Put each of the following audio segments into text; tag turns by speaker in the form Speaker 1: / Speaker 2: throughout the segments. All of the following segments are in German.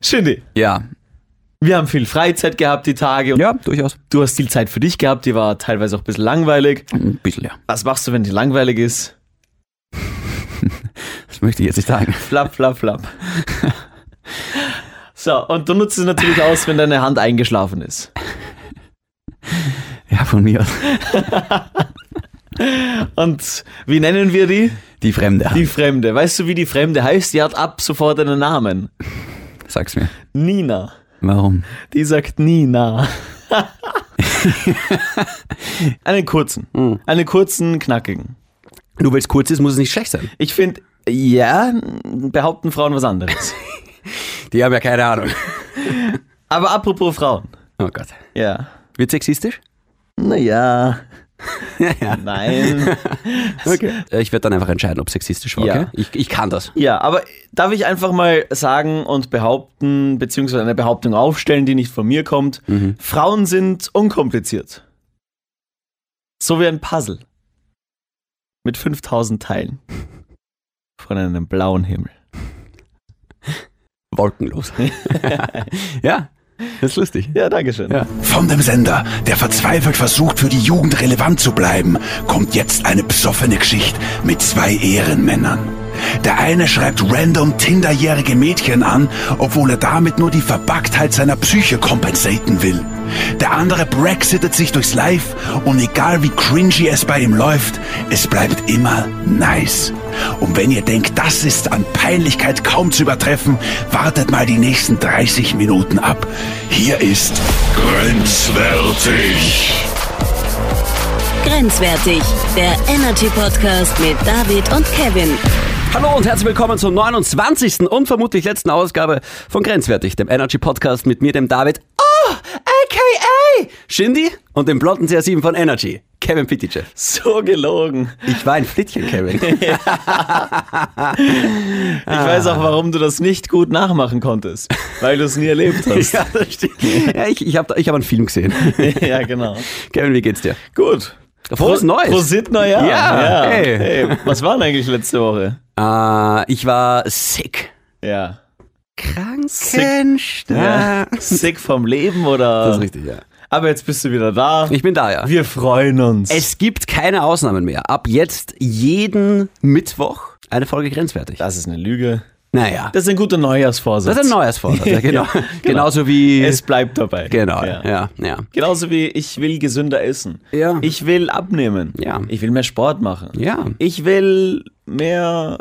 Speaker 1: Schindy,
Speaker 2: Ja,
Speaker 1: wir haben viel Freizeit gehabt die Tage und
Speaker 2: ja, durchaus.
Speaker 1: du hast viel Zeit für dich gehabt, die war teilweise auch ein bisschen langweilig.
Speaker 2: Ein bisschen, ja.
Speaker 1: Was machst du, wenn die langweilig ist?
Speaker 2: Das möchte ich jetzt nicht sagen.
Speaker 1: Flap, flap, flap. So, und du nutzt es natürlich aus, wenn deine Hand eingeschlafen ist.
Speaker 2: Ja, von mir aus.
Speaker 1: Und wie nennen wir die?
Speaker 2: Die Fremde. halt,
Speaker 1: Die Fremde. Weißt du, wie die Fremde heißt? Die hat ab sofort einen Namen.
Speaker 2: Sag's mir.
Speaker 1: Nina.
Speaker 2: Warum?
Speaker 1: Die sagt Nina. einen kurzen. Einen kurzen, knackigen.
Speaker 2: Nur weil es kurz ist, muss es nicht schlecht sein.
Speaker 1: Ich finde, ja, behaupten Frauen was anderes.
Speaker 2: Die haben ja keine Ahnung.
Speaker 1: Aber apropos Frauen.
Speaker 2: Oh Gott.
Speaker 1: Ja.
Speaker 2: Wird sexistisch?
Speaker 1: Naja.
Speaker 2: Ja, ja.
Speaker 1: Nein.
Speaker 2: Okay. Äh, Ich werde dann einfach entscheiden, ob sexistisch war.
Speaker 1: Ja.
Speaker 2: Okay? Ich, ich kann das.
Speaker 1: Ja, aber darf ich einfach mal sagen und behaupten, beziehungsweise eine Behauptung aufstellen, die nicht von mir kommt.
Speaker 2: Mhm.
Speaker 1: Frauen sind unkompliziert. So wie ein Puzzle. Mit 5000 Teilen. Von einem blauen Himmel.
Speaker 2: Wolkenlos. ja, das ist lustig.
Speaker 1: Ja, dankeschön.
Speaker 2: Ja.
Speaker 3: Von dem Sender, der verzweifelt versucht, für die Jugend relevant zu bleiben, kommt jetzt eine besoffene Geschichte mit zwei Ehrenmännern. Der eine schreibt random Tinderjährige Mädchen an, obwohl er damit nur die Verbacktheit seiner Psyche kompensaten will. Der andere brexitet sich durchs Live und egal wie cringy es bei ihm läuft, es bleibt immer nice. Und wenn ihr denkt, das ist an Peinlichkeit kaum zu übertreffen, wartet mal die nächsten 30 Minuten ab. Hier ist Grenzwertig.
Speaker 4: Grenzwertig, der Energy Podcast mit David und Kevin.
Speaker 2: Hallo und herzlich willkommen zur 29. und vermutlich letzten Ausgabe von Grenzwertig, dem Energy Podcast mit mir, dem David, oh, aka Shindy und dem blonden CR7 von Energy, Kevin Pitychev.
Speaker 1: So gelogen.
Speaker 2: Ich war ein Flittchen, Kevin.
Speaker 1: Ich
Speaker 2: Ah.
Speaker 1: weiß auch, warum du das nicht gut nachmachen konntest. Weil du es nie erlebt hast.
Speaker 2: ja, das stimmt. Ja, ich ich habe ich hab einen Film gesehen.
Speaker 1: ja, genau.
Speaker 2: Kevin, wie geht's dir?
Speaker 1: Gut.
Speaker 2: Frohes Neues.
Speaker 1: Prosit Neujahr.
Speaker 2: Ja, hey.
Speaker 1: hey. Was war denn eigentlich letzte Woche?
Speaker 2: Äh, ich war sick.
Speaker 1: Ja.
Speaker 2: Krankenstein.
Speaker 1: Ja.
Speaker 2: Das
Speaker 1: Sick vom Leben oder?
Speaker 2: ist richtig, ja.
Speaker 1: Aber jetzt bist du wieder da.
Speaker 2: Ich bin da, ja.
Speaker 1: Wir freuen uns.
Speaker 2: Es gibt keine Ausnahmen mehr. Ab jetzt jeden Mittwoch eine Folge grenzwertig.
Speaker 1: das ist eine Lüge.
Speaker 2: Naja.
Speaker 1: Das ist ein guter Neujahrsvorsatz.
Speaker 2: Das ist ein neues Vorsatz, ja, genau.
Speaker 1: Ja, genau.
Speaker 2: Genauso wie.
Speaker 1: Es bleibt dabei.
Speaker 2: genau,
Speaker 1: Ja.
Speaker 2: ja. ja, ja.
Speaker 1: Genauso wie ich will gesünder essen.
Speaker 2: Ja.
Speaker 1: Ich will abnehmen.
Speaker 2: Ja.
Speaker 1: Ich will mehr Sport machen.
Speaker 2: Ja.
Speaker 1: Ich will mehr.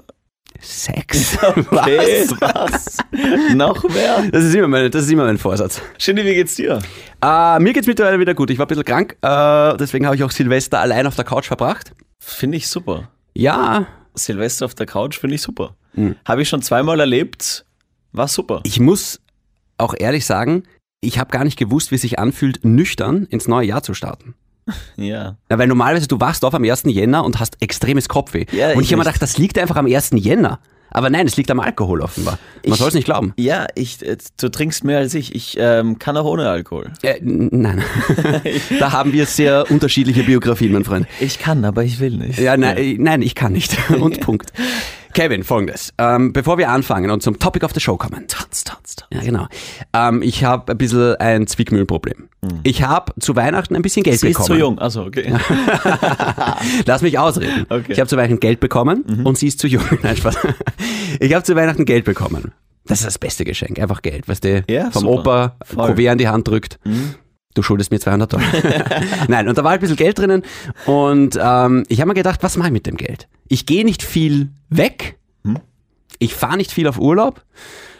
Speaker 2: Sex.
Speaker 1: Okay,
Speaker 2: Was?
Speaker 1: was? Noch mehr?
Speaker 2: Das ist immer mein, das ist immer mein Vorsatz.
Speaker 1: Shindy, wie geht's dir?
Speaker 2: Äh, mir geht's mittlerweile wieder gut. Ich war ein bisschen krank, äh, deswegen habe ich auch Silvester allein auf der Couch verbracht.
Speaker 1: Finde ich super.
Speaker 2: Ja,
Speaker 1: Silvester auf der Couch finde ich super. Habe ich schon zweimal erlebt. War super.
Speaker 2: ich muss auch ehrlich sagen, ich habe gar nicht gewusst, wie es sich anfühlt, nüchtern ins neue Jahr zu starten.
Speaker 1: Ja.
Speaker 2: Na, weil normalerweise du wachst auf am 1. Jänner und hast extremes Kopfweh.
Speaker 1: Ja, ich
Speaker 2: und ich habe mir
Speaker 1: nicht.
Speaker 2: gedacht, das liegt einfach am 1. Jänner. Aber nein, es liegt am Alkohol offenbar. Man
Speaker 1: Ich-
Speaker 2: soll es nicht glauben.
Speaker 1: Ja, ich, äh, du trinkst mehr als ich. Ich ähm, kann auch ohne Alkohol.
Speaker 2: Äh, n- nein. da haben wir sehr unterschiedliche Biografien, mein Freund.
Speaker 1: Ich kann, aber ich will nicht.
Speaker 2: Ja, nein, äh, nein ich kann nicht. Und Punkt. Kevin, folgendes. Ähm, bevor wir anfangen und zum Topic of the Show kommen. Tanz, tanz, tanz. Ja, genau. Ähm, ich habe ein bisschen ein Zwickmühlenproblem. Ich habe zu Weihnachten ein bisschen Geld
Speaker 1: Sie ist
Speaker 2: bekommen.
Speaker 1: zu jung. Also okay.
Speaker 2: Lass mich ausreden.
Speaker 1: Okay. Mhm.
Speaker 2: Ich habe zu Weihnachten Geld bekommen und sie ist zu jung. Nein, Spaß. Ich habe zu Weihnachten Geld bekommen. Das ist das beste Geschenk, einfach Geld, weißt du?
Speaker 1: Ja,
Speaker 2: Vom
Speaker 1: super.
Speaker 2: Opa,
Speaker 1: Voll. Mhm.
Speaker 2: Kuvert in die Hand drückt. Du schuldest mir 200 Dollar. Nein, und da war halt ein bisschen Geld drinnen. Und ähm, ich habe mir gedacht, was mache ich mit dem Geld? Ich gehe nicht viel weg.
Speaker 1: Mhm.
Speaker 2: Ich fahre nicht viel auf Urlaub.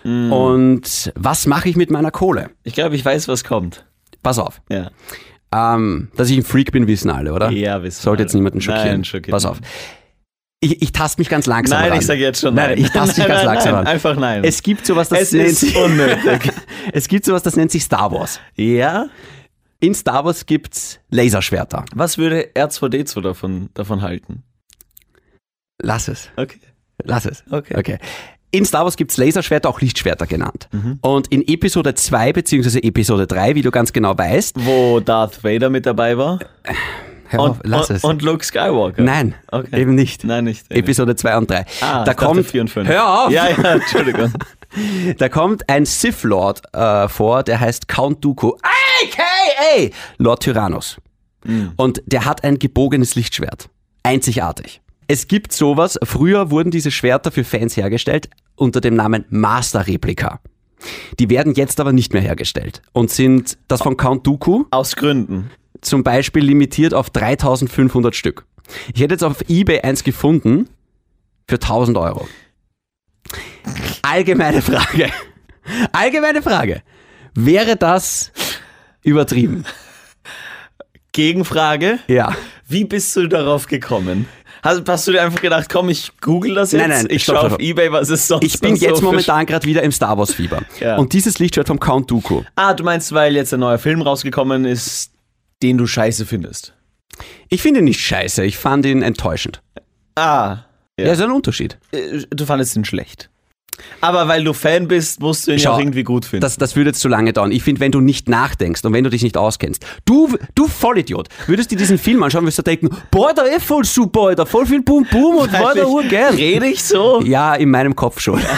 Speaker 2: Und was mache ich mit meiner Kohle?
Speaker 1: Ich glaube, ich weiß, was kommt.
Speaker 2: Pass auf.
Speaker 1: Ja.
Speaker 2: Ähm, dass ich ein Freak bin, wissen alle, oder?
Speaker 1: Ja, wissen
Speaker 2: Sollte jetzt
Speaker 1: alle.
Speaker 2: niemanden schockieren.
Speaker 1: Nein, schockiert
Speaker 2: Pass auf. Ich, ich taste mich ganz langsam
Speaker 1: Nein,
Speaker 2: ran.
Speaker 1: ich sage jetzt schon
Speaker 2: nein.
Speaker 1: nein.
Speaker 2: ich taste
Speaker 1: Nein,
Speaker 2: mich ganz
Speaker 1: nein,
Speaker 2: langsam
Speaker 1: nein,
Speaker 2: ran.
Speaker 1: einfach nein.
Speaker 2: Es gibt sowas, das
Speaker 1: Es
Speaker 2: nennt
Speaker 1: ist
Speaker 2: sich...
Speaker 1: unnötig.
Speaker 2: es gibt sowas, das nennt sich Star Wars.
Speaker 1: ja?
Speaker 2: In Star Wars gibt's Laserschwerter.
Speaker 1: Was würde R2D2 davon, davon halten?
Speaker 2: Lass es.
Speaker 1: Okay.
Speaker 2: Lass es.
Speaker 1: Okay.
Speaker 2: okay. In Star Wars gibt's Laserschwerter, auch Lichtschwerter genannt.
Speaker 1: Mhm.
Speaker 2: Und in Episode 2 beziehungsweise Episode 3, wie du ganz genau weißt...
Speaker 1: Wo Darth Vader mit dabei war
Speaker 2: Hör
Speaker 1: und,
Speaker 2: auf, lass
Speaker 1: und,
Speaker 2: es.
Speaker 1: und Luke Skywalker.
Speaker 2: Nein,
Speaker 1: Okay.
Speaker 2: eben nicht.
Speaker 1: Nein, nicht.
Speaker 2: Episode 2 und 3.
Speaker 1: ah,
Speaker 2: da
Speaker 1: ich dachte
Speaker 2: kommt...
Speaker 1: vier und fünf.
Speaker 2: Hör auf!
Speaker 1: Ja, ja, Entschuldigung.
Speaker 2: Da kommt ein Sith Lord äh, vor, der heißt Count Dooku, aka Lord Tyrannus. Und der hat ein gebogenes Lichtschwert. Einzigartig. Es gibt sowas, früher wurden diese Schwerter für Fans hergestellt unter dem Namen Master Replika. Die werden jetzt aber nicht mehr hergestellt und sind das von Count Dooku
Speaker 1: Aus Gründen.
Speaker 2: zum Beispiel limitiert auf 3500 Stück. Ich hätte jetzt auf eBay eins gefunden für 1000 Euro. Allgemeine Frage. Allgemeine Frage. Wäre das übertrieben?
Speaker 1: Gegenfrage.
Speaker 2: Ja.
Speaker 1: Wie bist du darauf gekommen? Hast, hast du dir einfach gedacht, komm, ich google das jetzt?
Speaker 2: Nein, nein,
Speaker 1: ich
Speaker 2: stopp,
Speaker 1: schaue
Speaker 2: stopp.
Speaker 1: auf Ebay, was ist sonst
Speaker 2: Ich bin
Speaker 1: noch
Speaker 2: jetzt
Speaker 1: so für-
Speaker 2: momentan gerade wieder im Star Wars Fieber.
Speaker 1: Ja.
Speaker 2: Und dieses Lichtschwert vom Count Dooku.
Speaker 1: Ah, du meinst, weil jetzt ein neuer Film rausgekommen ist, den du scheiße findest.
Speaker 2: Ich finde ihn nicht scheiße, ich fand ihn enttäuschend.
Speaker 1: Ah,
Speaker 2: Ja,
Speaker 1: Ja.
Speaker 2: ist ein Unterschied.
Speaker 1: äh, du fandest ihn schlecht. Aber weil du Fan bist, musst du ihn
Speaker 2: Schau,
Speaker 1: auch irgendwie gut finden.
Speaker 2: Das, das würde jetzt zu lange dauern. Ich finde, wenn du nicht nachdenkst und wenn du dich nicht auskennst, du, du Vollidiot, würdest dir diesen Film anschauen, würdest du denken, boah, da ist voll super, Alter, voll viel Boom Boom und war der urgeil.
Speaker 1: Rede ich so?
Speaker 2: Ja, in meinem Kopf schon.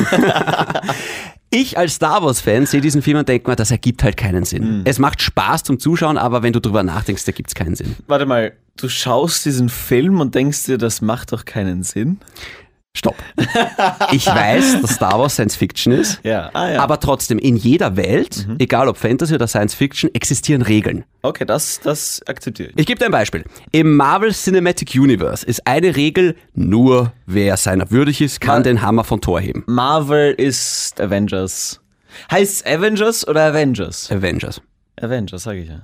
Speaker 2: Ich als Star Wars-Fan sehe diesen Film und denke mir, das ergibt halt keinen
Speaker 1: Hm.
Speaker 2: Sinn. Es macht Spaß zum Zuschauen, aber wenn du drüber nachdenkst, ergibt es keinen Sinn.
Speaker 1: Warte mal, du schaust diesen Film und denkst dir, das macht doch keinen Sinn?
Speaker 2: Stopp. Ich weiß, dass Star Wars Science Fiction ist.
Speaker 1: Ja, ah, ja. Mhm.
Speaker 2: Aber trotzdem, in jeder Welt, egal ob Fantasy oder Science Fiction, existieren Regeln.
Speaker 1: okay, das, das akzeptiere ich.
Speaker 2: Ich gebe dir ein Beispiel. Im Marvel Cinematic Universe ist eine Regel, nur wer seiner würdig ist, kann
Speaker 1: Ma-
Speaker 2: den Hammer von Thor heben.
Speaker 1: Marvel ist Avengers. Heißt Avengers oder Avengers?
Speaker 2: Avengers.
Speaker 1: Avengers, sage ich ja.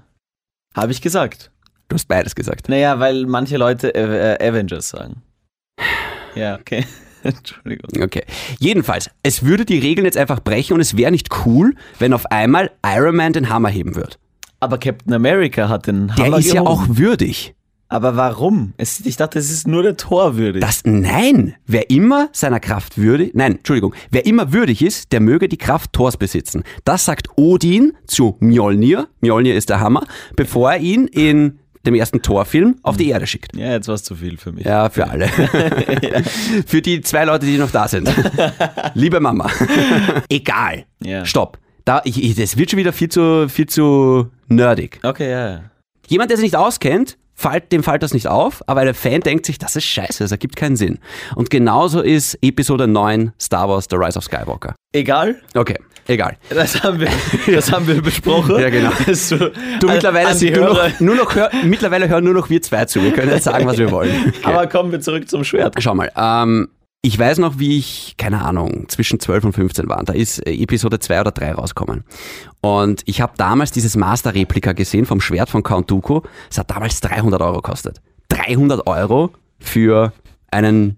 Speaker 1: Habe ich gesagt.
Speaker 2: Du hast beides gesagt.
Speaker 1: Naja, weil manche Leute äh, äh, Avengers sagen. Ja, okay. Entschuldigung.
Speaker 2: Okay. Jedenfalls, es würde die Regeln jetzt einfach brechen und es wäre nicht cool, wenn auf einmal Iron Man den Hammer heben wird.
Speaker 1: Aber Captain America hat den
Speaker 2: Der
Speaker 1: Hammer
Speaker 2: ist ja auch
Speaker 1: gehoben.
Speaker 2: würdig.
Speaker 1: Aber warum? Es, ich dachte, es ist nur der Tor würdig.
Speaker 2: Das, nein, wer immer seiner Kraft würdig, nein, Entschuldigung, wer immer würdig ist, der möge die Kraft Thors besitzen. Das sagt Odin zu Mjolnir, Mjolnir ist der Hammer, bevor er ihn in dem ersten Thor-Film auf die Erde schickt.
Speaker 1: ja, jetzt war es zu viel für mich.
Speaker 2: Ja, für alle. Für die zwei Leute, die noch da sind. Liebe Mama. Egal.
Speaker 1: Ja.
Speaker 2: Stopp. Da, ich, ich, das wird schon wieder viel zu, viel zu nerdig.
Speaker 1: Okay, ja, ja.
Speaker 2: Jemand, der sich nicht auskennt, fällt, dem fällt das nicht auf, aber der Fan denkt sich, das ist scheiße, das ergibt keinen Sinn. Und genauso ist Episode 9 Star Wars The Rise of Skywalker.
Speaker 1: Egal,
Speaker 2: Okay, egal.
Speaker 1: das haben wir, das haben wir besprochen.
Speaker 2: Ja, genau.
Speaker 1: Das so-
Speaker 2: Du
Speaker 1: an-
Speaker 2: mittlerweile,
Speaker 1: an die
Speaker 2: du
Speaker 1: Hörer.
Speaker 2: noch, nur noch hör, mittlerweile hören nur noch wir zwei zu. Wir können jetzt sagen, was wir wollen.
Speaker 1: Aber kommen wir zurück zum Schwert.
Speaker 2: Schau mal, ähm, ich weiß noch, wie ich, keine Ahnung, zwischen 12 und 15 war. Da ist äh, Episode 2 oder 3 rausgekommen. Und ich habe damals dieses Master-Replika gesehen vom Schwert von Count Dooku. Es hat damals 300 Euro gekostet. 300 Euro für einen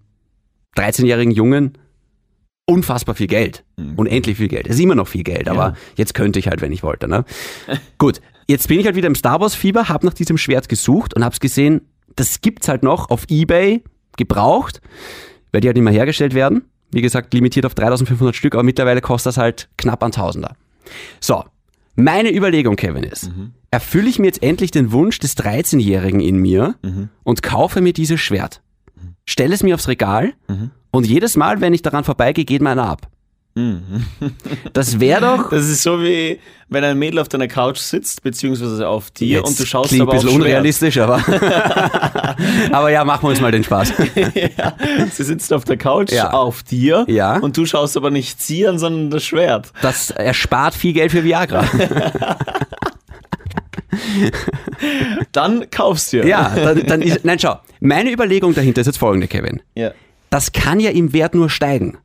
Speaker 2: 13-jährigen Jungen. Unfassbar viel Geld. Unendlich viel Geld. Es ist immer noch viel Geld, aber jetzt könnte ich halt, wenn ich wollte. Ne? Gut, jetzt bin ich halt wieder im Star Wars-Fieber, habe nach diesem Schwert gesucht und habe es gesehen, das gibt's halt noch auf Ebay gebraucht, weil die halt nicht mehr hergestellt werden. Wie gesagt, limitiert auf 3500 Stück, aber mittlerweile kostet das halt knapp an Tausender. So, meine Überlegung, Kevin, ist, erfülle ich mir jetzt endlich den Wunsch des 13-Jährigen in mir und kaufe mir dieses Schwert, stelle es mir aufs Regal und jedes Mal, wenn ich daran vorbeigehe, geht mir einer ab. Das wäre doch...
Speaker 1: Das ist so wie, wenn ein Mädel auf deiner Couch sitzt, beziehungsweise auf dir
Speaker 2: Jetzt
Speaker 1: und du schaust
Speaker 2: klingt
Speaker 1: aber
Speaker 2: ein bisschen
Speaker 1: aufs Schwert.
Speaker 2: unrealistisch, aber, aber ja, machen wir uns mal den Spaß.
Speaker 1: Sie sitzt auf der Couch
Speaker 2: Ja.
Speaker 1: auf dir
Speaker 2: Ja.
Speaker 1: und du schaust aber nicht sie an, sondern das Schwert.
Speaker 2: Das erspart viel Geld für Viagra.
Speaker 1: Dann kaufst du.
Speaker 2: Ja, dann, dann ist, nein, schau. Meine Überlegung dahinter ist jetzt folgende, Kevin.
Speaker 1: ja.
Speaker 2: Das kann ja im Wert nur steigen.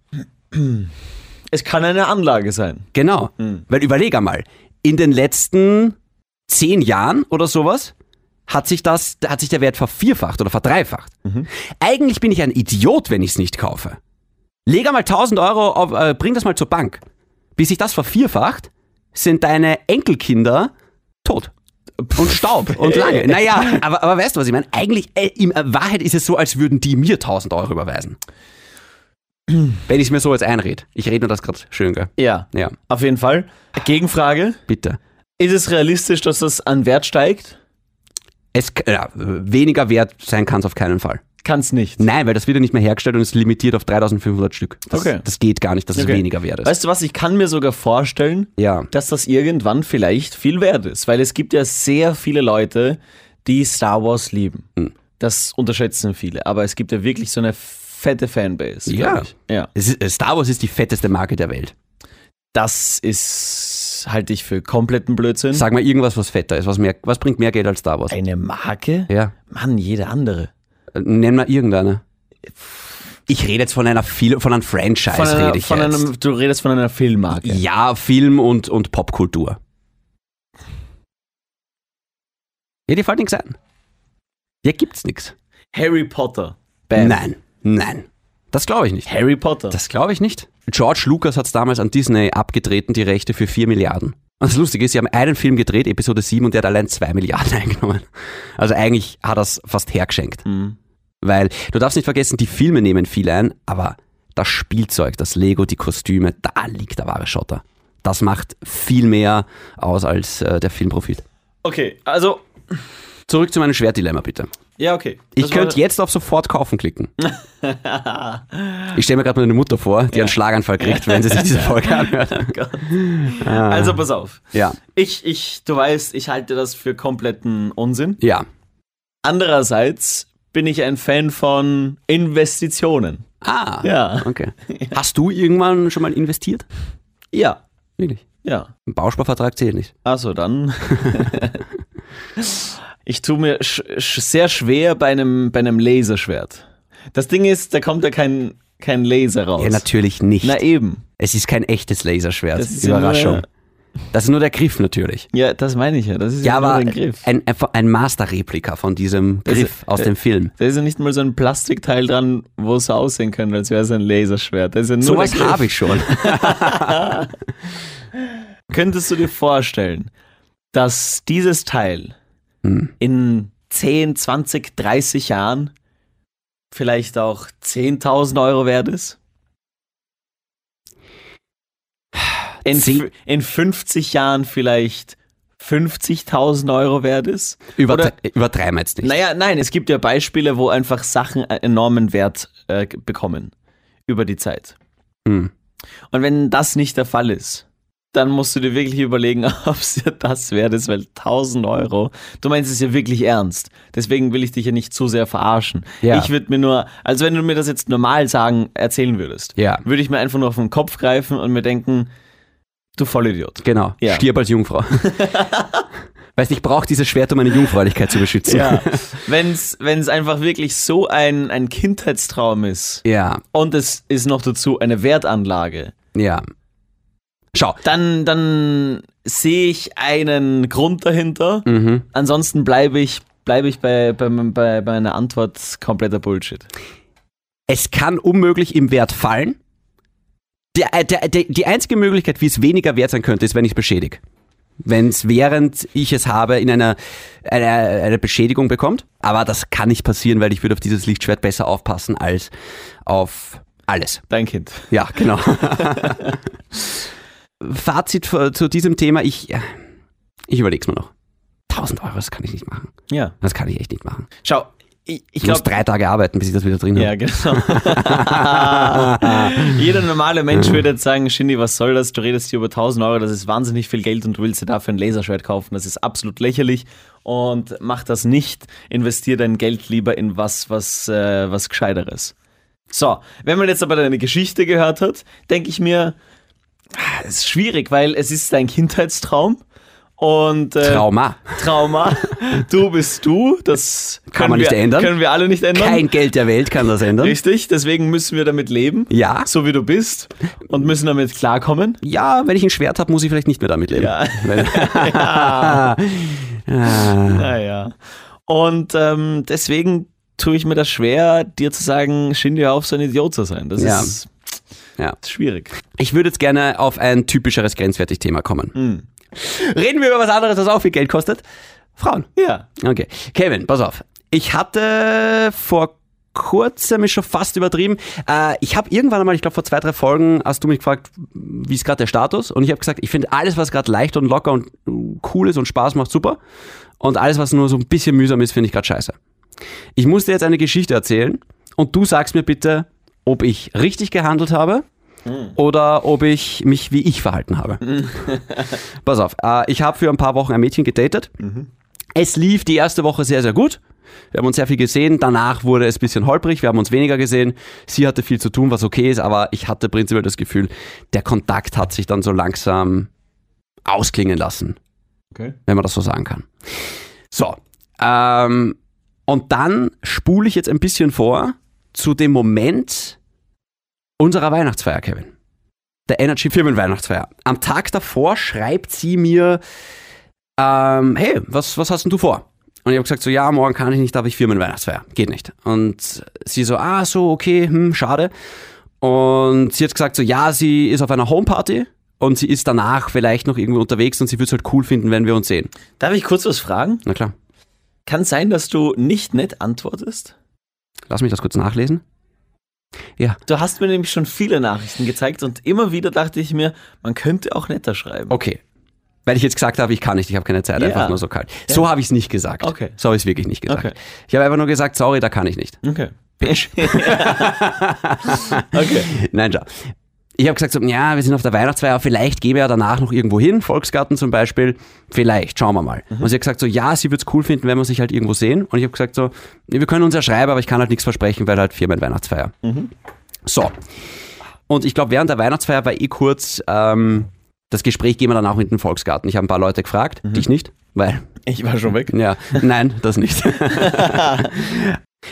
Speaker 1: Es kann eine Anlage sein.
Speaker 2: Genau. Weil überleg einmal, in den letzten zehn Jahren oder sowas hat sich das, hat sich der Wert vervierfacht oder verdreifacht. Eigentlich bin ich ein Idiot, wenn ich es nicht kaufe. Leg einmal 1000 Euro auf, äh, bring das mal zur Bank. Bis sich das vervierfacht, sind deine Enkelkinder tot. Und Staub und lange. Naja, aber, aber weißt du, was ich meine? Eigentlich, äh, in Wahrheit ist es so, als würden die mir 1000 Euro überweisen. Wenn ich es mir so jetzt einrede. Ich rede nur das gerade schön, gell?
Speaker 1: Ja,
Speaker 2: Ja,
Speaker 1: auf jeden Fall. Gegenfrage.
Speaker 2: bitte.
Speaker 1: Ist es realistisch, dass das an Wert steigt?
Speaker 2: Es, k- ja, weniger wert sein kann es auf keinen Fall.
Speaker 1: Kann's nicht.
Speaker 2: Nein, weil das wird ja nicht mehr hergestellt und ist limitiert auf 3500 Stück. Das,
Speaker 1: Okay.
Speaker 2: das geht gar nicht, dass
Speaker 1: Okay.
Speaker 2: es weniger wert ist.
Speaker 1: Weißt du was, ich kann mir sogar vorstellen,
Speaker 2: Ja.
Speaker 1: dass das irgendwann vielleicht viel wert ist, weil es gibt ja sehr viele Leute, die Star Wars lieben.
Speaker 2: Hm.
Speaker 1: Das unterschätzen viele, aber es gibt ja wirklich so eine fette Fanbase.
Speaker 2: Ja.
Speaker 1: glaub ich. ja.
Speaker 2: es ist, äh, Star Wars ist die fetteste Marke der Welt.
Speaker 1: Hm. Das ist, halte ich für kompletten Blödsinn.
Speaker 2: Sag mal irgendwas, was fetter ist. Was, mehr, was bringt mehr Geld als Star Wars?
Speaker 1: Eine Marke?
Speaker 2: Ja.
Speaker 1: Mann, jede andere.
Speaker 2: Äh, Nenn mal irgendeine. Ich rede jetzt von einer Fil von einem Franchise,
Speaker 1: Von einer,
Speaker 2: rede ich
Speaker 1: von
Speaker 2: jetzt.
Speaker 1: einem, du redest von einer Filmmarke.
Speaker 2: Ja, Film und, und Popkultur. Ja, dir fällt nichts ein. Ja, gibt's nichts.
Speaker 1: Harry Potter. Bam.
Speaker 2: Nein, nein. Das glaube ich nicht.
Speaker 1: Harry Potter.
Speaker 2: Das glaube ich nicht. George Lucas hat es damals an Disney abgetreten, die Rechte für 4 Milliarden. Und das Lustige ist, sie haben einen Film gedreht, Episode 7, und der hat allein 2 Milliarden eingenommen. Also eigentlich hat er es fast hergeschenkt.
Speaker 1: Mhm.
Speaker 2: Weil du darfst nicht vergessen, die Filme nehmen viel ein, aber das Spielzeug, das Lego, die Kostüme, da liegt der wahre Schotter. Das macht viel mehr aus als äh, der Filmprofit.
Speaker 1: Okay, also,
Speaker 2: Zurück zu meinem Schwertdilemma, bitte.
Speaker 1: ja, okay.
Speaker 2: Ich
Speaker 1: Das war-
Speaker 2: könnte Ah. jetzt auf sofort kaufen klicken. ich stelle mir gerade meine Mutter vor, die einen Schlaganfall kriegt, wenn sie sich diese Folge anhört.
Speaker 1: Oh Also, pass auf.
Speaker 2: Ja,
Speaker 1: Ich, ich, du weißt, ich halte das für kompletten Unsinn.
Speaker 2: ja.
Speaker 1: Andererseits bin ich ein Fan von Investitionen.
Speaker 2: Ah,
Speaker 1: Ja.
Speaker 2: okay. Hast du irgendwann schon mal investiert?
Speaker 1: Ja.
Speaker 2: Wirklich?
Speaker 1: Ja.
Speaker 2: Ein Bausparvertrag zählt nicht.
Speaker 1: Also dann. ich tue mir sch sch sehr schwer bei einem, bei einem Laserschwert. Das Ding ist, da kommt ja kein, kein Laser raus.
Speaker 2: Ja, natürlich nicht.
Speaker 1: Na eben.
Speaker 2: Es ist kein echtes Laserschwert.
Speaker 1: Das ist ja
Speaker 2: Überraschung.
Speaker 1: nur-
Speaker 2: Das ist nur der Griff natürlich.
Speaker 1: Ja, das meine ich ja. Das ist
Speaker 2: Ja,
Speaker 1: nur
Speaker 2: aber
Speaker 1: ein Griff.
Speaker 2: ein, ein, ein Masterreplika von diesem
Speaker 1: Das- äh,
Speaker 2: Griff aus dem Film.
Speaker 1: Da ist ja nicht mal so ein Plastikteil dran, wo es so aussehen könnte, als wäre es ein Laserschwert. Da ist ja nur
Speaker 2: Sowas
Speaker 1: der Griff.
Speaker 2: habe ich schon.
Speaker 1: Könntest du dir vorstellen, dass dieses Teil
Speaker 2: Hm.
Speaker 1: in 10, 20, 30 Jahren vielleicht auch 10.000 Euro wert ist? In,
Speaker 2: Zehn-
Speaker 1: fü- in 50 Jahren vielleicht 50.000 Euro wert ist?
Speaker 2: Übertre
Speaker 1: Oder-
Speaker 2: Übertreiben wir jetzt nicht.
Speaker 1: Naja, nein, es gibt ja Beispiele, wo einfach Sachen einen enormen Wert äh, bekommen über die Zeit.
Speaker 2: Hm.
Speaker 1: Und wenn das nicht der Fall ist, dann musst du dir wirklich überlegen, ob es dir das wert ist, weil 1000 Euro, du meinst es ja wirklich ernst. Deswegen will ich dich ja nicht zu sehr verarschen.
Speaker 2: Ja.
Speaker 1: Ich würde mir nur, also wenn du mir das jetzt normal sagen, erzählen würdest,
Speaker 2: Ja.
Speaker 1: würde ich mir einfach nur auf den Kopf greifen und mir denken, du Vollidiot.
Speaker 2: Genau.
Speaker 1: Ja.
Speaker 2: Stirb als Jungfrau. weißt, ich brauche dieses Schwert, um meine Jungfräulichkeit zu beschützen.
Speaker 1: wenn es einfach wirklich so ein, ein Kindheitstraum ist
Speaker 2: ja,
Speaker 1: und es ist noch dazu eine Wertanlage,
Speaker 2: ja. Schau.
Speaker 1: dann, dann sehe ich einen Grund dahinter.
Speaker 2: Mhm.
Speaker 1: Ansonsten bleibe ich, bleibe ich bei, bei, bei, bei meiner Antwort kompletter Bullshit.
Speaker 2: Es kann unmöglich im Wert fallen. Der, äh, der, der, die einzige Möglichkeit, wie es weniger wert sein könnte, ist, wenn ich es beschädige. Wenn es während ich es habe, in einer eine, eine Beschädigung bekommt. Aber das kann nicht passieren, weil ich würde auf dieses Lichtschwert besser aufpassen als auf alles.
Speaker 1: Dein Kind.
Speaker 2: Ja, genau. Fazit für- zu diesem Thema, ich, ich überlege es mir noch. 1000 Euro, das kann ich nicht machen.
Speaker 1: Ja.
Speaker 2: Das kann ich echt nicht machen.
Speaker 1: Schau, ich, ich
Speaker 2: Ich muss
Speaker 1: glaube.
Speaker 2: drei Tage arbeiten, bis ich das wieder drin habe.
Speaker 1: Ja, genau. Jeder normale Mensch würde jetzt sagen, Shindy, was soll das? Du redest hier über 1000 Euro, das ist wahnsinnig viel Geld und du willst dir dafür ein Laserschwert kaufen. Das ist absolut lächerlich und mach das nicht. Investier dein Geld lieber in was, was, äh, was Gescheiteres. So, wenn man jetzt aber deine Geschichte gehört hat, denke ich mir, ah, es ist schwierig, weil es ist dein Kindheitstraum und äh,
Speaker 2: Trauma.
Speaker 1: Trauma. Du bist du, das
Speaker 2: Kann
Speaker 1: können
Speaker 2: man nicht
Speaker 1: wir,
Speaker 2: ändern.
Speaker 1: Können wir alle nicht ändern.
Speaker 2: Kein Geld der Welt kann das ändern.
Speaker 1: Richtig, deswegen müssen wir damit leben.
Speaker 2: Ja.
Speaker 1: So wie du bist und müssen damit klarkommen.
Speaker 2: Ja, wenn ich ein Schwert habe, muss ich vielleicht nicht mehr damit leben.
Speaker 1: Ja.
Speaker 2: Weil-
Speaker 1: Naja. Und ähm, deswegen tue ich mir das schwer, dir zu sagen, Shindy, hör auf, so ein Idiot zu sein. Das
Speaker 2: Ja.
Speaker 1: ist
Speaker 2: Ja.
Speaker 1: schwierig.
Speaker 2: Ich würde jetzt gerne auf ein typischeres Grenzwertig-Thema kommen.
Speaker 1: Hm.
Speaker 2: Reden wir über was anderes, das auch viel Geld kostet. Frauen.
Speaker 1: Ja.
Speaker 2: Okay. Kevin, pass auf. Ich hatte vor kurzem, ist schon fast übertrieben, äh, ich habe irgendwann einmal, ich glaube vor zwei, drei Folgen, hast du mich gefragt, wie ist gerade der Status? Und ich habe gesagt, ich finde alles, was gerade leicht und locker und cool ist und Spaß macht, super. Und alles, was nur so ein bisschen mühsam ist, finde ich gerade scheiße. Ich muss dir jetzt eine Geschichte erzählen und du sagst mir bitte, ob ich richtig gehandelt habe oder ob ich mich wie ich verhalten habe. Pass auf, äh, ich habe für ein paar Wochen ein Mädchen gedatet. Es lief die erste Woche sehr, sehr gut. Wir haben uns sehr viel gesehen. Danach wurde es ein bisschen holprig. Wir haben uns weniger gesehen. Sie hatte viel zu tun, was okay ist, aber ich hatte prinzipiell das Gefühl, der Kontakt hat sich dann so langsam ausklingen lassen
Speaker 1: Okay.
Speaker 2: wenn man das so sagen kann. So, ähm, und dann spule ich jetzt ein bisschen vor zu dem Moment unserer Weihnachtsfeier, Kevin. Der Energy Firmenweihnachtsfeier. Am Tag davor schreibt sie mir, ähm, hey, was, was hast denn du vor? Und ich habe gesagt, so, ja, morgen kann ich nicht, da habe ich Firmenweihnachtsfeier. Geht nicht. Und sie so, ah, so, okay, hm, schade. Und sie hat gesagt, so, ja, sie ist auf einer Homeparty und sie ist danach vielleicht noch irgendwo unterwegs und sie würde es halt cool finden, wenn wir uns sehen.
Speaker 1: Darf ich kurz was fragen?
Speaker 2: Na klar,
Speaker 1: Kann sein, dass du nicht nett antwortest?
Speaker 2: lass mich das kurz nachlesen. Ja,
Speaker 1: Du hast mir nämlich schon viele Nachrichten gezeigt und immer wieder dachte ich mir, man könnte auch netter schreiben.
Speaker 2: okay. Weil ich jetzt gesagt habe, ich kann nicht, ich habe keine Zeit,
Speaker 1: Ja.
Speaker 2: einfach nur so kalt. So habe ich es nicht gesagt.
Speaker 1: Okay.
Speaker 2: So habe ich es wirklich nicht gesagt.
Speaker 1: Okay.
Speaker 2: Ich habe einfach nur gesagt, sorry, da kann ich nicht.
Speaker 1: Okay. okay.
Speaker 2: Nein, ja. Ich habe gesagt, so, ja, wir sind auf der Weihnachtsfeier, vielleicht gehen wir ja danach noch irgendwo hin, Volksgarten zum Beispiel, vielleicht, schauen wir mal. Und sie hat gesagt, so, ja, sie würde es cool finden, wenn wir sich halt irgendwo sehen. Und ich habe gesagt, so, nee, wir können uns ja schreiben, aber ich kann halt nichts versprechen, weil halt Firmen Weihnachtsfeier. So. Und ich glaube, während der Weihnachtsfeier war eh kurz ähm, das Gespräch, gehen wir danach in den Volksgarten. Ich habe ein paar Leute gefragt, dich nicht, weil
Speaker 1: Ich war schon weg.
Speaker 2: ja, nein, das nicht.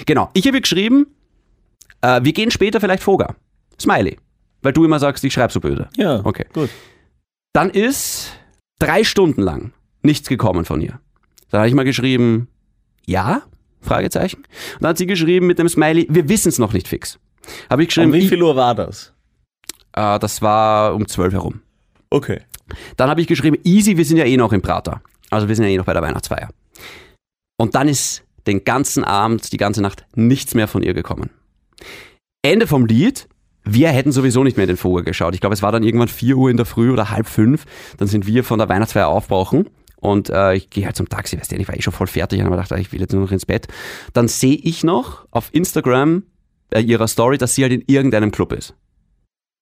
Speaker 2: genau, ich habe ihr geschrieben, äh, wir gehen später vielleicht Foga. Smiley. Weil du immer sagst, ich schreibe so böse.
Speaker 1: Ja.
Speaker 2: Okay.
Speaker 1: Gut.
Speaker 2: Dann ist drei Stunden lang nichts gekommen von ihr. Dann habe ich mal geschrieben, ja? Fragezeichen. Und dann hat sie geschrieben mit dem Smiley, wir wissen es noch nicht fix. Habe ich geschrieben,
Speaker 1: Um wie
Speaker 2: ich,
Speaker 1: viel Uhr war das?
Speaker 2: äh, das war um zwölf herum.
Speaker 1: Okay.
Speaker 2: Dann habe ich geschrieben, easy, wir sind ja eh noch im Prater. Also wir sind ja eh noch bei der Weihnachtsfeier. Und dann ist den ganzen Abend, die ganze Nacht nichts mehr von ihr gekommen. Ende vom Lied. Wir hätten sowieso nicht mehr in den Vogel geschaut. Ich glaube, es war dann irgendwann 4 Uhr in der Früh oder halb fünf. Dann sind wir von der Weihnachtsfeier aufbrauchen. Und äh, ich gehe halt zum Taxi, weißt du, ich war eh schon voll fertig und habe gedacht, ah, ich will jetzt nur noch ins Bett. Dann sehe ich noch auf Instagram äh, ihrer Story, dass sie halt in irgendeinem Club ist.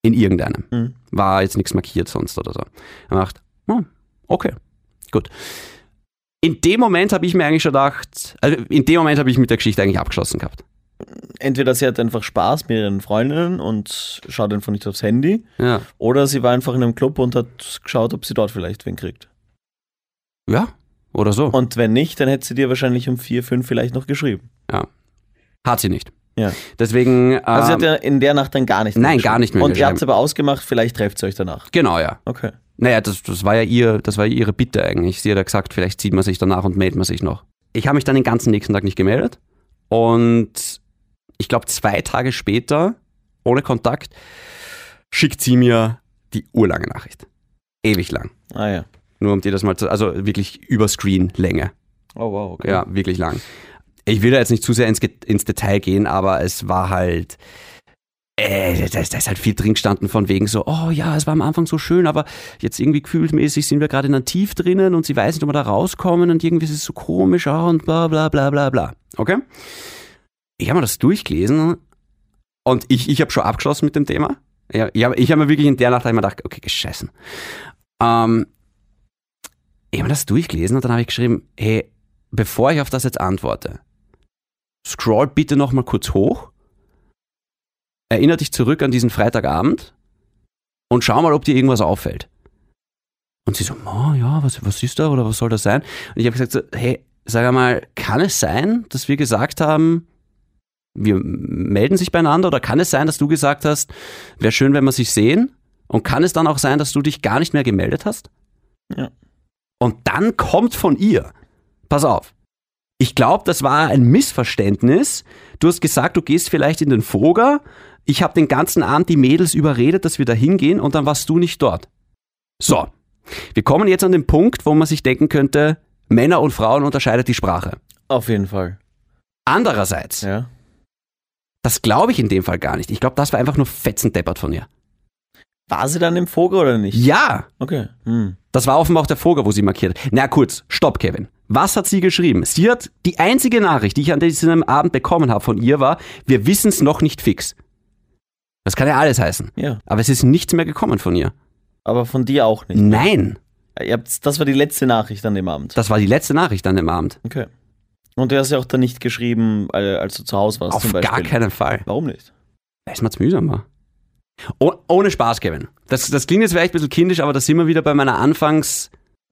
Speaker 2: In irgendeinem.
Speaker 1: Mhm.
Speaker 2: War jetzt nichts markiert sonst oder so. Und dachte, hm, okay, gut. In dem Moment habe ich mir eigentlich schon gedacht, also in dem Moment habe ich mit der Geschichte eigentlich abgeschlossen gehabt.
Speaker 1: Entweder sie hat einfach Spaß mit ihren Freundinnen und schaut einfach nicht aufs Handy.
Speaker 2: Ja.
Speaker 1: Oder sie war einfach in einem Club und hat geschaut, ob sie dort vielleicht wen kriegt.
Speaker 2: Ja, oder so.
Speaker 1: Und wenn nicht, dann hätte sie dir wahrscheinlich um vier, fünf vielleicht noch geschrieben.
Speaker 2: Hat sie nicht.
Speaker 1: Ja.
Speaker 2: Deswegen. Ähm,
Speaker 1: Also sie hat ja in der Nacht dann gar nicht
Speaker 2: Nein, gar nicht mehr
Speaker 1: Und ihr habt es
Speaker 2: geschrieben.
Speaker 1: aber ausgemacht, vielleicht trefft ihr euch danach.
Speaker 2: Genau, ja.
Speaker 1: Okay.
Speaker 2: Naja, das, das war ja ihr, das war ja ihre Bitte eigentlich. Sie hat ja gesagt, vielleicht sieht man sich danach und meldet man sich noch. Ich habe mich dann den ganzen nächsten Tag nicht gemeldet. Und ich glaube, zwei Tage später, ohne Kontakt, schickt sie mir die urlange Nachricht. Ewig lang.
Speaker 1: Ah ja.
Speaker 2: Nur um dir das mal zu. Also wirklich über Screen-Länge.
Speaker 1: Oh wow, okay.
Speaker 2: Ja, wirklich lang. Ich will da jetzt nicht zu sehr ins, Ge- ins Detail gehen, aber es war halt. Äh, da, ist- da ist halt viel drin gestanden von wegen so, oh ja, es war am Anfang so schön, aber jetzt irgendwie gefühlsmäßig sind wir gerade in einem Tief drinnen und sie weiß nicht, ob wir da rauskommen und irgendwie ist es so komisch ah, und bla bla bla bla bla. Okay? Ich habe mir das durchgelesen und ich, ich habe schon abgeschlossen mit dem Thema. Ja, ich habe ich hab mir wirklich in der Nacht hab ich mir gedacht, okay, gescheißen. Ähm, ich habe das durchgelesen und dann habe ich geschrieben, hey, bevor ich auf das jetzt antworte, scroll bitte nochmal kurz hoch, erinnere dich zurück an diesen Freitagabend und schau mal, ob dir irgendwas auffällt. Und sie so, ma, ja, was, was ist da oder was soll das sein? Und ich habe gesagt, so, hey, sag einmal, kann es sein, dass wir gesagt haben, wir melden sich beieinander oder kann es sein, dass du gesagt hast, wäre schön, wenn wir sich sehen? Und kann es dann auch sein, dass du dich gar nicht mehr gemeldet hast?
Speaker 1: Ja.
Speaker 2: Und dann kommt von ihr, pass auf, ich glaube, das war ein Missverständnis. Du hast gesagt, du gehst vielleicht in den Voger. Ich habe den ganzen Abend die Mädels überredet, dass wir da hingehen und dann warst du nicht dort. So, wir kommen jetzt an den Punkt, wo man sich denken könnte, Männer und Frauen unterscheidet die Sprache.
Speaker 1: Auf jeden Fall.
Speaker 2: Andererseits,
Speaker 1: Ja.
Speaker 2: das glaube ich in dem Fall gar nicht. Ich glaube, das war einfach nur fetzendeppert von ihr.
Speaker 1: War sie dann im Vogel oder nicht?
Speaker 2: Ja,
Speaker 1: Okay. Hm.
Speaker 2: das war offenbar auch der Vogel, wo sie markiert hat. Na kurz, stopp, Kevin. Was hat sie geschrieben? Sie hat die einzige Nachricht, die ich an diesem Abend bekommen habe von ihr, war, wir wissen es noch nicht fix. Das kann ja alles heißen.
Speaker 1: Ja.
Speaker 2: Aber es ist nichts mehr gekommen von ihr.
Speaker 1: Aber von dir auch nicht.
Speaker 2: Nein,
Speaker 1: Ihr habt's, das war die letzte Nachricht an dem Abend.
Speaker 2: das war die letzte Nachricht an dem Abend.
Speaker 1: Okay. Und du hast ja auch dann nicht geschrieben, al- als du zu Hause warst
Speaker 2: Auf
Speaker 1: zum Beispiel.
Speaker 2: gar keinen Fall.
Speaker 1: Warum nicht?
Speaker 2: Weil es mir zu mühsam war. Oh, ohne Spaß, Kevin. Das, das klingt jetzt vielleicht ein bisschen kindisch, aber da sind wir wieder bei meiner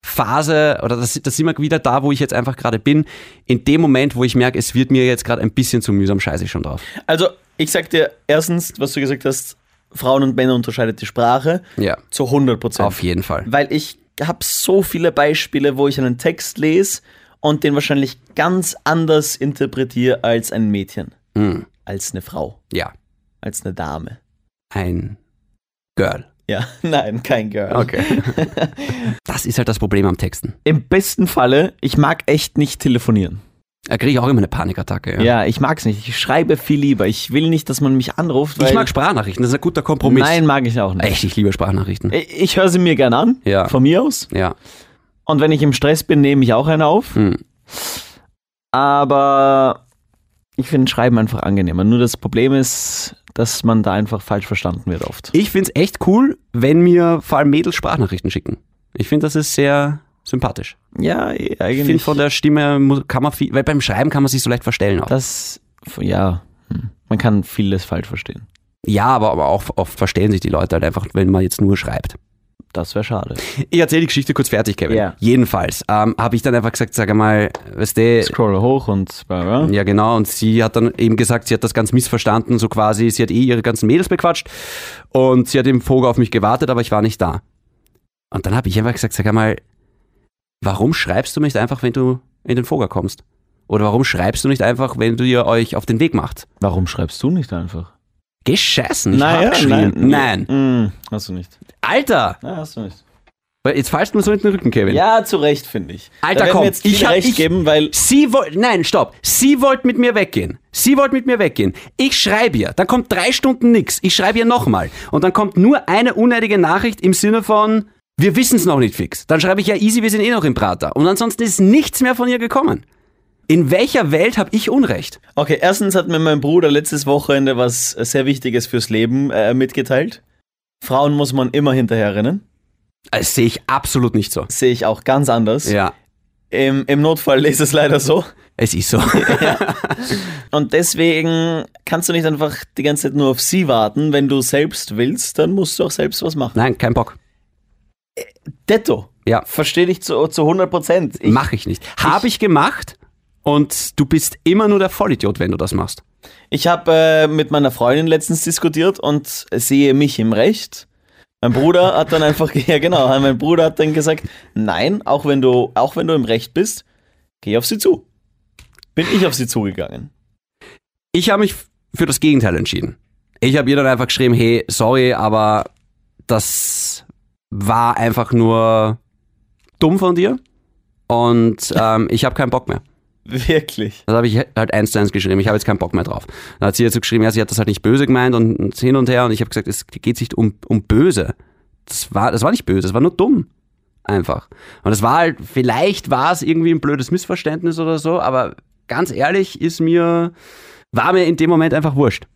Speaker 2: Anfangsphase oder das- da sind wir wieder da, wo ich jetzt einfach gerade bin. In dem Moment, wo ich merke, es wird mir jetzt gerade ein bisschen zu mühsam, scheiße ich schon drauf.
Speaker 1: Also, ich sag dir erstens, was du gesagt hast, Frauen und Männer unterscheidet die Sprache
Speaker 2: Ja,
Speaker 1: zu 100 Prozent.
Speaker 2: auf jeden Fall.
Speaker 1: Weil ich habe so viele Beispiele, wo ich einen Text lese und den wahrscheinlich ganz anders interpretiere als ein Mädchen,
Speaker 2: Mhm.
Speaker 1: als eine Frau,
Speaker 2: Ja,
Speaker 1: als eine Dame.
Speaker 2: ein Girl.
Speaker 1: Ja, nein, kein Girl.
Speaker 2: Okay. das ist halt das Problem am Texten.
Speaker 1: Im besten Falle, ich mag echt nicht telefonieren.
Speaker 2: Da kriege ich auch immer eine Panikattacke. Ja.
Speaker 1: Ja, ich mag's nicht. Ich schreibe viel lieber. Ich will nicht, dass man mich anruft. Weil
Speaker 2: Ich mag Sprachnachrichten, das ist ein guter Kompromiss.
Speaker 1: Nein, mag ich auch nicht.
Speaker 2: Echt, ich liebe Sprachnachrichten.
Speaker 1: Ich, ich höre sie mir gern an,
Speaker 2: Ja.
Speaker 1: von mir aus.
Speaker 2: Ja.
Speaker 1: Und wenn ich im Stress bin, nehme ich auch eine auf.
Speaker 2: Hm.
Speaker 1: Aber ich finde Schreiben einfach angenehmer. Nur das Problem ist, dass man da einfach falsch verstanden wird oft.
Speaker 2: Ich find's echt cool, wenn mir vor allem Mädels Sprachnachrichten schicken. Ich find, das ist sehr sympathisch.
Speaker 1: Ja, eh,
Speaker 2: Ich
Speaker 1: eigentlich.
Speaker 2: find, von der Stimme mu- kann man viel, weil beim Schreiben kann man sich so leicht verstellen auch.
Speaker 1: das, ja, hm. man kann vieles falsch verstehen.
Speaker 2: Ja, aber, aber auch oft verstellen sich die Leute halt einfach, wenn man jetzt nur schreibt.
Speaker 1: Das wäre schade.
Speaker 2: Ich erzähle die Geschichte kurz fertig, Kevin.
Speaker 1: Ja.
Speaker 2: Jedenfalls ähm, habe ich dann einfach gesagt, sag mal, weißt du,
Speaker 1: Scroll hoch und bla bla.
Speaker 2: ja genau, und sie hat dann eben gesagt, sie hat das ganz missverstanden, so quasi, sie hat eh ihre ganzen Mädels bequatscht und sie hat im Vogel auf mich gewartet, aber ich war nicht da. Und dann habe ich einfach gesagt, sag mal, warum schreibst du nicht einfach, wenn du in den Vogel kommst? Oder warum schreibst du nicht einfach, wenn du ihr euch auf den Weg macht?
Speaker 1: Warum schreibst du nicht einfach?
Speaker 2: Gescheißen, ich hab geschrieben. nein.
Speaker 1: Hm, hast du nicht.
Speaker 2: Alter,
Speaker 1: Ja, hast du nicht.
Speaker 2: weil jetzt fallst du mir so in den Rücken, Kevin.
Speaker 1: Ja, zu Recht, finde ich.
Speaker 2: Alter,
Speaker 1: da werden
Speaker 2: komm,
Speaker 1: wir jetzt viel
Speaker 2: ich hab-
Speaker 1: Recht
Speaker 2: ich-
Speaker 1: geben, weil
Speaker 2: Sie wollt, nein, stopp. Sie wollt mit mir weggehen. Sie wollt mit mir weggehen. Ich schreibe ihr. Dann kommt drei Stunden nix. Ich schreibe ihr nochmal. Und dann kommt nur eine unnötige Nachricht im Sinne von, wir wissen es noch nicht fix. Dann schreibe ich ja easy, wir sind eh noch im Prater. Und ansonsten ist nichts mehr von ihr gekommen. In welcher Welt habe ich Unrecht?
Speaker 1: Okay, erstens hat mir mein Bruder letztes Wochenende was sehr Wichtiges fürs Leben äh, mitgeteilt. Frauen muss man immer hinterherrennen.
Speaker 2: Das sehe ich absolut nicht so.
Speaker 1: Sehe ich auch ganz anders.
Speaker 2: Ja,
Speaker 1: Im, Im Notfall ist es leider so.
Speaker 2: es ist so.
Speaker 1: Und deswegen kannst du nicht einfach die ganze Zeit nur auf sie warten. Wenn du selbst willst, dann musst du auch selbst was machen.
Speaker 2: nein, kein Bock.
Speaker 1: Detto.
Speaker 2: Ja.
Speaker 1: Verstehe dich zu, zu 100 Prozent.
Speaker 2: Mache ich nicht. Habe ich gemacht und du bist immer nur der Vollidiot, wenn du das machst.
Speaker 1: Ich habe äh, mit meiner Freundin letztens diskutiert und sehe mich im Recht. Mein Bruder hat dann einfach, ja genau, mein Bruder hat dann gesagt, nein, auch wenn du, auch wenn du im Recht bist, geh auf sie zu. Bin ich auf sie zugegangen.
Speaker 2: Ich habe mich für das Gegenteil entschieden. Ich habe ihr dann einfach geschrieben, hey, sorry, aber das war einfach nur dumm von dir und ähm, ich habe keinen Bock mehr.
Speaker 1: Wirklich.
Speaker 2: Das habe ich halt eins zu eins geschrieben, ich habe jetzt keinen Bock mehr drauf. Dann hat sie dazu geschrieben, ja, sie hat das halt nicht böse gemeint und, und hin und her und ich habe gesagt, es geht nicht um, um böse. Das war, das war nicht böse, das war nur dumm. Einfach. Und es war halt, vielleicht war es irgendwie ein blödes Missverständnis oder so, aber ganz ehrlich ist mir, war mir in dem Moment einfach wurscht.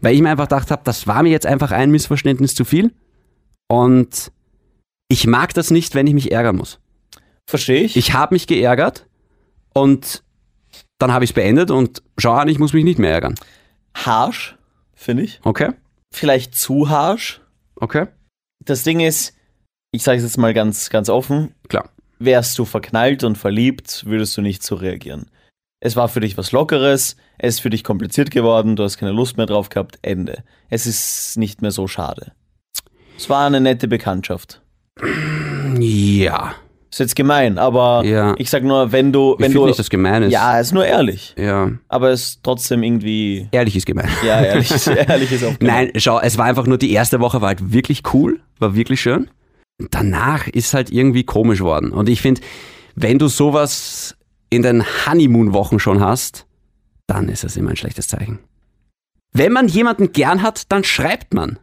Speaker 2: Weil ich mir einfach gedacht habe, das war mir jetzt einfach ein Missverständnis zu viel und ich mag das nicht, wenn ich mich ärgern muss.
Speaker 1: Verstehe ich.
Speaker 2: Ich habe mich geärgert und dann habe ich es beendet und schau an, ich muss mich nicht mehr ärgern.
Speaker 1: Harsch, finde ich.
Speaker 2: Okay?
Speaker 1: Vielleicht zu harsch.
Speaker 2: Okay?
Speaker 1: Das Ding ist, ich sage es jetzt mal ganz, ganz offen,
Speaker 2: Klar.
Speaker 1: wärst du verknallt und verliebt, würdest du nicht so reagieren. Es war für dich was Lockeres, es ist für dich kompliziert geworden, du hast keine Lust mehr drauf gehabt, Ende. Es ist nicht mehr so schade. Es war eine nette Bekanntschaft.
Speaker 2: Ja.
Speaker 1: Ist jetzt gemein, aber
Speaker 2: Ja.
Speaker 1: ich sag nur, wenn du,
Speaker 2: Ich
Speaker 1: wenn
Speaker 2: finde
Speaker 1: du,
Speaker 2: nicht, dass gemein ist.
Speaker 1: ja, ist nur ehrlich,
Speaker 2: ja.
Speaker 1: aber es ist trotzdem irgendwie,
Speaker 2: Ehrlich ist gemein.
Speaker 1: ja, ehrlich, ehrlich ist auch gemein.
Speaker 2: Nein, schau, es war einfach nur die erste Woche war halt wirklich cool, war wirklich schön. Danach ist halt irgendwie komisch worden. Und ich finde, wenn du sowas in den Honeymoon-Wochen schon hast, dann ist das immer ein schlechtes Zeichen. Wenn man jemanden gern hat, dann schreibt man.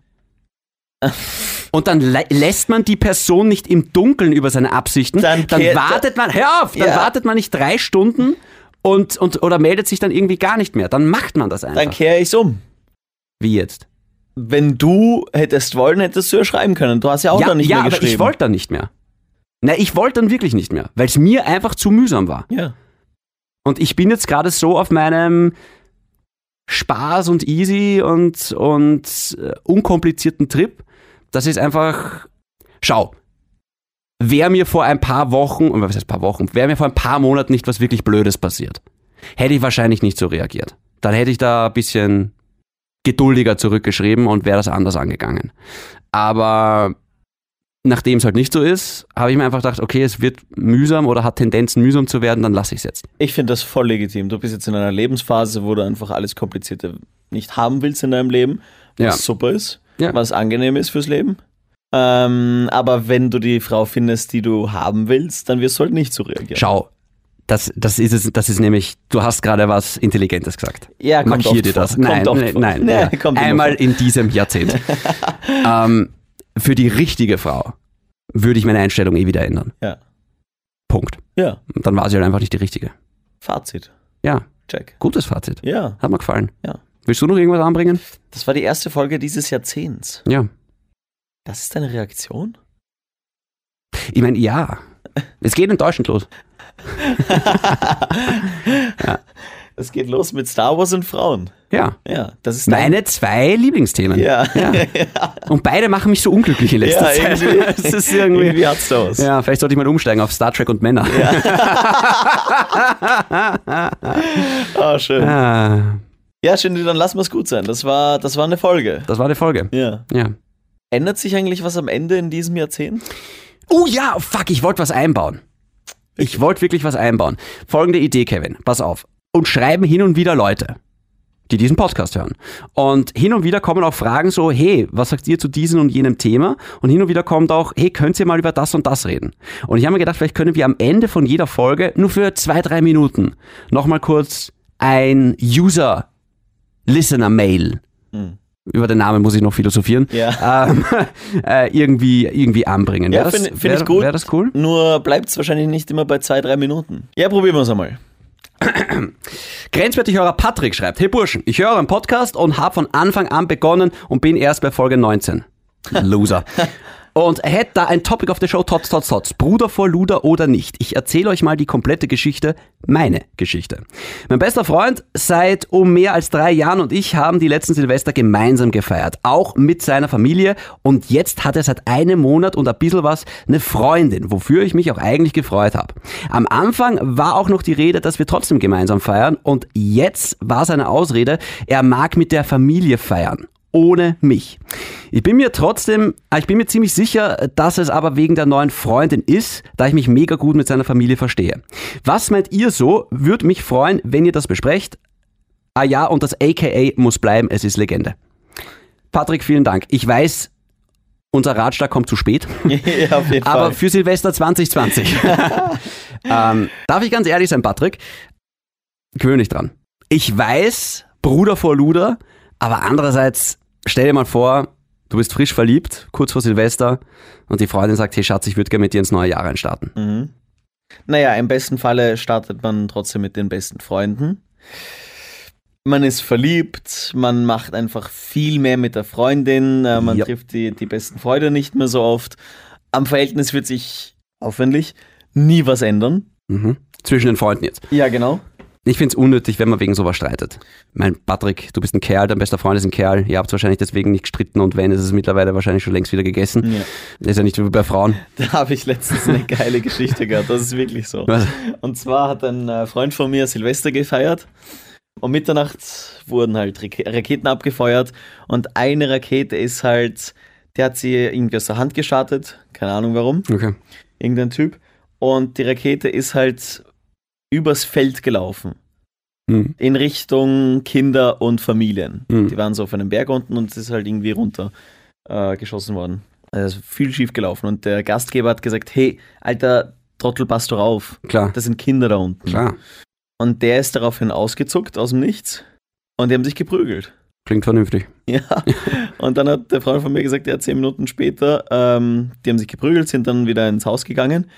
Speaker 2: Und dann lä lässt man die Person nicht im Dunkeln über seine Absichten.
Speaker 1: Dann
Speaker 2: Dann,
Speaker 1: kehrt-
Speaker 2: wartet man, hör auf, dann
Speaker 1: Ja.
Speaker 2: wartet man nicht drei Stunden und, und, oder meldet sich dann irgendwie gar nicht mehr. Dann macht man das einfach.
Speaker 1: Dann kehre ich's um.
Speaker 2: Wie jetzt?
Speaker 1: Wenn du hättest wollen, hättest du ja schreiben können. Du hast ja auch
Speaker 2: ja,
Speaker 1: dann nicht
Speaker 2: ja
Speaker 1: mehr
Speaker 2: aber
Speaker 1: geschrieben.
Speaker 2: ich wollte dann nicht mehr. Na, ich wollte dann wirklich nicht mehr, weil es mir einfach zu mühsam war.
Speaker 1: ja.
Speaker 2: Und ich bin jetzt gerade so auf meinem Spaß und easy und, und äh, unkomplizierten Trip. Das ist einfach. Schau, wäre mir vor ein paar Wochen, oder was heißt paar Wochen, wäre mir vor ein paar Monaten nicht was wirklich Blödes passiert, hätte ich wahrscheinlich nicht so reagiert. Dann hätte ich da ein bisschen geduldiger zurückgeschrieben und wäre das anders angegangen. Aber nachdem es halt nicht so ist, habe ich mir einfach gedacht, okay, es wird mühsam oder hat Tendenzen mühsam zu werden, dann lasse ich es jetzt.
Speaker 1: Ich finde das voll legitim. Du bist jetzt in einer Lebensphase, wo du einfach alles Komplizierte nicht haben willst in deinem Leben, was
Speaker 2: Ja.
Speaker 1: super ist,
Speaker 2: Ja.
Speaker 1: was angenehm ist fürs Leben. Ähm, aber wenn du die Frau findest, die du haben willst, dann wirst du halt nicht so reagieren.
Speaker 2: Schau, das, das ist es, das ist nämlich, du hast gerade was Intelligentes gesagt.
Speaker 1: Ja, kommt
Speaker 2: Markier
Speaker 1: oft
Speaker 2: dir
Speaker 1: vor.
Speaker 2: das.
Speaker 1: Kommt
Speaker 2: Nein,
Speaker 1: oft
Speaker 2: nein,
Speaker 1: vor.
Speaker 2: nein.
Speaker 1: Nee,
Speaker 2: ja.
Speaker 1: kommt immer
Speaker 2: Einmal
Speaker 1: vor.
Speaker 2: in diesem Jahrzehnt. ähm, für die richtige Frau würde ich meine Einstellung eh wieder ändern.
Speaker 1: Ja.
Speaker 2: Punkt.
Speaker 1: Ja,
Speaker 2: Und dann war sie halt einfach nicht die richtige.
Speaker 1: Fazit.
Speaker 2: Ja,
Speaker 1: Check.
Speaker 2: gutes Fazit.
Speaker 1: Ja,
Speaker 2: Hat mir gefallen.
Speaker 1: Ja.
Speaker 2: Willst du noch irgendwas anbringen?
Speaker 1: das war die erste Folge dieses Jahrzehnts.
Speaker 2: Ja.
Speaker 1: Das ist deine Reaktion?
Speaker 2: Ich meine, ja. Es geht enttäuschend los.
Speaker 1: Es geht los mit Star Wars und Frauen.
Speaker 2: Ja.
Speaker 1: Ja, das ist dein-
Speaker 2: Meine zwei Lieblingsthemen.
Speaker 1: Ja.
Speaker 2: Und beide machen mich so unglücklich in letzter
Speaker 1: Ja,
Speaker 2: Zeit.
Speaker 1: irgendwie.
Speaker 2: Es ist irgendwie,
Speaker 1: Irgendwie hat's da was.
Speaker 2: Ja, vielleicht sollte ich mal umsteigen auf Star Trek und Männer.
Speaker 1: Ah, schön.
Speaker 2: Ah,
Speaker 1: Ja, Shindy, dann lassen wir es gut sein. Das war, das war eine Folge.
Speaker 2: das war die Folge.
Speaker 1: Ja.
Speaker 2: Ja.
Speaker 1: Ändert sich eigentlich was am Ende in diesem Jahrzehnt?
Speaker 2: Oh ja, fuck, ich wollte was einbauen. Ich wollte wirklich was einbauen. Folgende Idee, Kevin, pass auf. Und schreiben hin und wieder Leute, die diesen Podcast hören. Und hin und wieder kommen auch Fragen so, hey, was sagt ihr zu diesem und jenem Thema? Und hin und wieder kommt auch, hey, könnt ihr mal über das und das reden? Und ich habe mir gedacht, vielleicht können wir am Ende von jeder Folge nur für zwei, drei Minuten nochmal kurz ein User-Listener-Mail. Über den Namen muss ich noch philosophieren.
Speaker 1: Ja.
Speaker 2: Ähm, äh, irgendwie, irgendwie anbringen.
Speaker 1: Ja,
Speaker 2: Wär das-
Speaker 1: finde find
Speaker 2: wär-
Speaker 1: ich gut.
Speaker 2: Wäre das cool?
Speaker 1: Nur bleibt es wahrscheinlich nicht immer bei zwei, drei Minuten. Ja, probieren wir es einmal.
Speaker 2: Grenzwertig Hörer Patrick schreibt, hey Burschen, ich höre euren Podcast und habe von Anfang an begonnen und bin erst bei Folge 19. Loser. Und hätte da ein Topic of the Show, Tots, Tots, Tots, Bruder vor Luder oder nicht. Ich erzähle euch mal die komplette Geschichte, meine Geschichte. Mein bester Freund seit um mehr als drei Jahren und ich haben die letzten Silvester gemeinsam gefeiert, auch mit seiner Familie. Und jetzt hat er seit einem Monat und ein bisschen was eine Freundin, wofür ich mich auch eigentlich gefreut habe. Am Anfang war auch noch die Rede, dass wir trotzdem gemeinsam feiern und jetzt war seine Ausrede, er mag mit der Familie feiern ohne mich. Ich bin mir trotzdem, ah, ich bin mir ziemlich sicher, dass es aber wegen der neuen Freundin ist, da ich mich mega gut mit seiner Familie verstehe. Was meint ihr so? Würde mich freuen, wenn ihr das besprecht. Ah ja, und das AKA muss bleiben, es ist Legende. Patrick, vielen Dank. Ich weiß, unser Ratschlag kommt zu spät,
Speaker 1: ja, auf jeden
Speaker 2: aber
Speaker 1: Fall.
Speaker 2: für Silvester 2020. ähm, darf ich ganz ehrlich sein, Patrick? Gewöhn dich dran. Ich weiß, Bruder vor Luder, aber andererseits, stell dir mal vor, du bist frisch verliebt, kurz vor Silvester, und die Freundin sagt, hey Schatz, ich würde gerne mit dir ins neue Jahr reinstarten.
Speaker 1: Mhm. Naja, im besten Falle startet man trotzdem mit den besten Freunden. Man ist verliebt, man macht einfach viel mehr mit der Freundin, äh, man
Speaker 2: Ja.
Speaker 1: trifft die, die besten Freunde nicht mehr so oft. Am Verhältnis wird sich aufwendig nie was ändern.
Speaker 2: Mhm. Zwischen den Freunden jetzt.
Speaker 1: Ja, genau.
Speaker 2: Ich finde es unnötig, wenn man wegen sowas streitet. Mein Patrick, du bist ein Kerl, dein bester Freund ist ein Kerl. Ihr habt wahrscheinlich deswegen nicht gestritten und wenn, ist es mittlerweile wahrscheinlich schon längst wieder gegessen.
Speaker 1: Ja.
Speaker 2: Ist ja nicht wie bei Frauen.
Speaker 1: Da habe ich letztens eine geile Geschichte gehabt. Das ist wirklich so.
Speaker 2: Was?
Speaker 1: Und zwar hat ein äh, Freund von mir Silvester gefeiert. Um Mitternacht wurden halt Rake- Raketen abgefeuert. Und eine Rakete ist halt, der hat sie irgendwie aus der Hand gestartet. Keine Ahnung warum.
Speaker 2: Okay.
Speaker 1: Irgendein Typ. Und die Rakete ist halt übers Feld gelaufen.
Speaker 2: Mhm.
Speaker 1: In Richtung Kinder und Familien.
Speaker 2: Mhm.
Speaker 1: Die waren so auf einem Berg unten und es ist halt irgendwie runter äh, geschossen worden. Also viel schief gelaufen. Und der Gastgeber hat gesagt, hey, alter Trottel, pass doch auf.
Speaker 2: Klar.
Speaker 1: Das sind Kinder da unten.
Speaker 2: Klar.
Speaker 1: Und der ist daraufhin ausgezuckt aus dem Nichts. Und die haben sich geprügelt.
Speaker 2: Klingt vernünftig.
Speaker 1: Ja. Und dann hat der Freund von mir gesagt, er hat zehn Minuten später, ähm, die haben sich geprügelt, sind dann wieder ins Haus gegangen.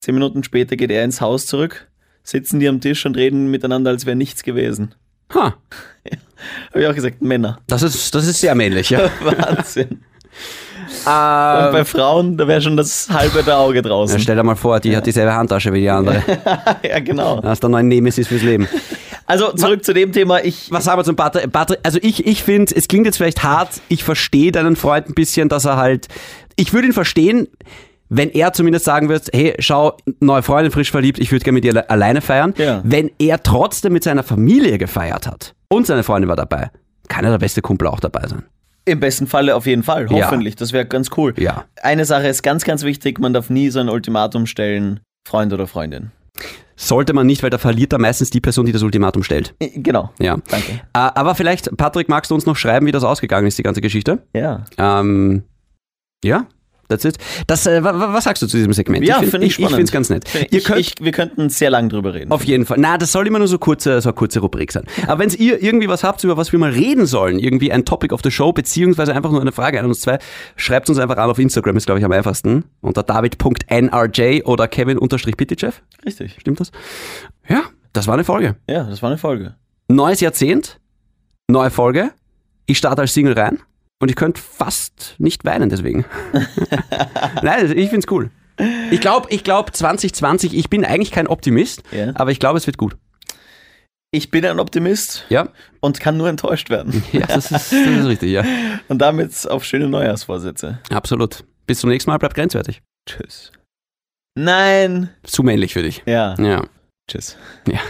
Speaker 1: Zehn Minuten später geht er ins Haus zurück, sitzen die am Tisch und reden miteinander, als wäre nichts gewesen.
Speaker 2: Ha,
Speaker 1: Habe ich auch gesagt, Männer.
Speaker 2: das ist, das ist sehr männlich, ja.
Speaker 1: Wahnsinn. Und
Speaker 2: Ähm,
Speaker 1: bei Frauen, da wäre schon das halbe der Auge
Speaker 2: ja,
Speaker 1: draußen.
Speaker 2: stell dir mal vor, die hat dieselbe Handtasche wie die andere.
Speaker 1: ja, genau.
Speaker 2: Das ist dann ein Nemesis fürs Leben.
Speaker 1: Also zurück zu dem Thema, ich.
Speaker 2: Was haben wir zum Patrick? Patri also ich, ich finde, es klingt jetzt vielleicht hart, ich verstehe deinen Freund ein bisschen, dass er halt, ich würde ihn verstehen, wenn er zumindest sagen würde, hey, schau, neue Freundin, frisch verliebt, ich würde gerne mit dir alle- alleine feiern.
Speaker 1: Ja.
Speaker 2: Wenn er trotzdem mit seiner Familie gefeiert hat und seine Freundin war dabei, kann ja der beste Kumpel auch dabei sein.
Speaker 1: Im besten Falle auf jeden Fall, hoffentlich. Das wäre ganz cool.
Speaker 2: Ja.
Speaker 1: Eine Sache ist ganz, ganz wichtig, man darf nie so ein Ultimatum stellen, Freund oder Freundin.
Speaker 2: Sollte man nicht, weil da verliert dann meistens die Person, die das Ultimatum stellt.
Speaker 1: Äh, Genau.
Speaker 2: Ja.
Speaker 1: Danke.
Speaker 2: Äh, Aber vielleicht, Patrick, magst du uns noch schreiben, wie das ausgegangen ist, die ganze Geschichte?
Speaker 1: Ja.
Speaker 2: Ähm, ja, that's it. Das, äh, wa- wa- was sagst du zu diesem Segment?
Speaker 1: Ja,
Speaker 2: find-
Speaker 1: finde ich
Speaker 2: Ich
Speaker 1: spannend.
Speaker 2: finde es ganz nett.
Speaker 1: Find
Speaker 2: Ihr
Speaker 1: ich,
Speaker 2: könnt
Speaker 1: ich, wir könnten sehr lang drüber reden.
Speaker 2: auf jeden Fall. Na, das soll immer nur so kurze, so eine kurze Rubrik sein. Aber wenn ihr irgendwie was habt, über was wir mal reden sollen, irgendwie ein Topic of the Show, beziehungsweise einfach nur eine Frage an uns zwei, schreibt uns einfach an auf Instagram, ist glaube ich am einfachsten. Unter david.nrj oder kevin-bittichev.
Speaker 1: Richtig.
Speaker 2: Stimmt das? Ja, das war eine Folge.
Speaker 1: Ja, das war eine Folge.
Speaker 2: Neues Jahrzehnt, neue Folge. Ich starte als Single rein und ich könnte fast nicht weinen deswegen. Nein, ich find's cool. Ich glaube, ich glaube 2020, ich bin eigentlich kein Optimist,
Speaker 1: Ja.
Speaker 2: aber ich glaube, es wird gut.
Speaker 1: Ich bin ein Optimist
Speaker 2: Ja,
Speaker 1: und kann nur enttäuscht werden.
Speaker 2: ja das, ist, das ist richtig, ja.
Speaker 1: Und damit auf schöne Neujahrsvorsätze.
Speaker 2: Absolut. Bis zum nächsten Mal, bleibt grenzwertig.
Speaker 1: Tschüss. Nein.
Speaker 2: Zu männlich für dich.
Speaker 1: Ja.
Speaker 2: Ja.
Speaker 1: Tschüss.
Speaker 2: ja.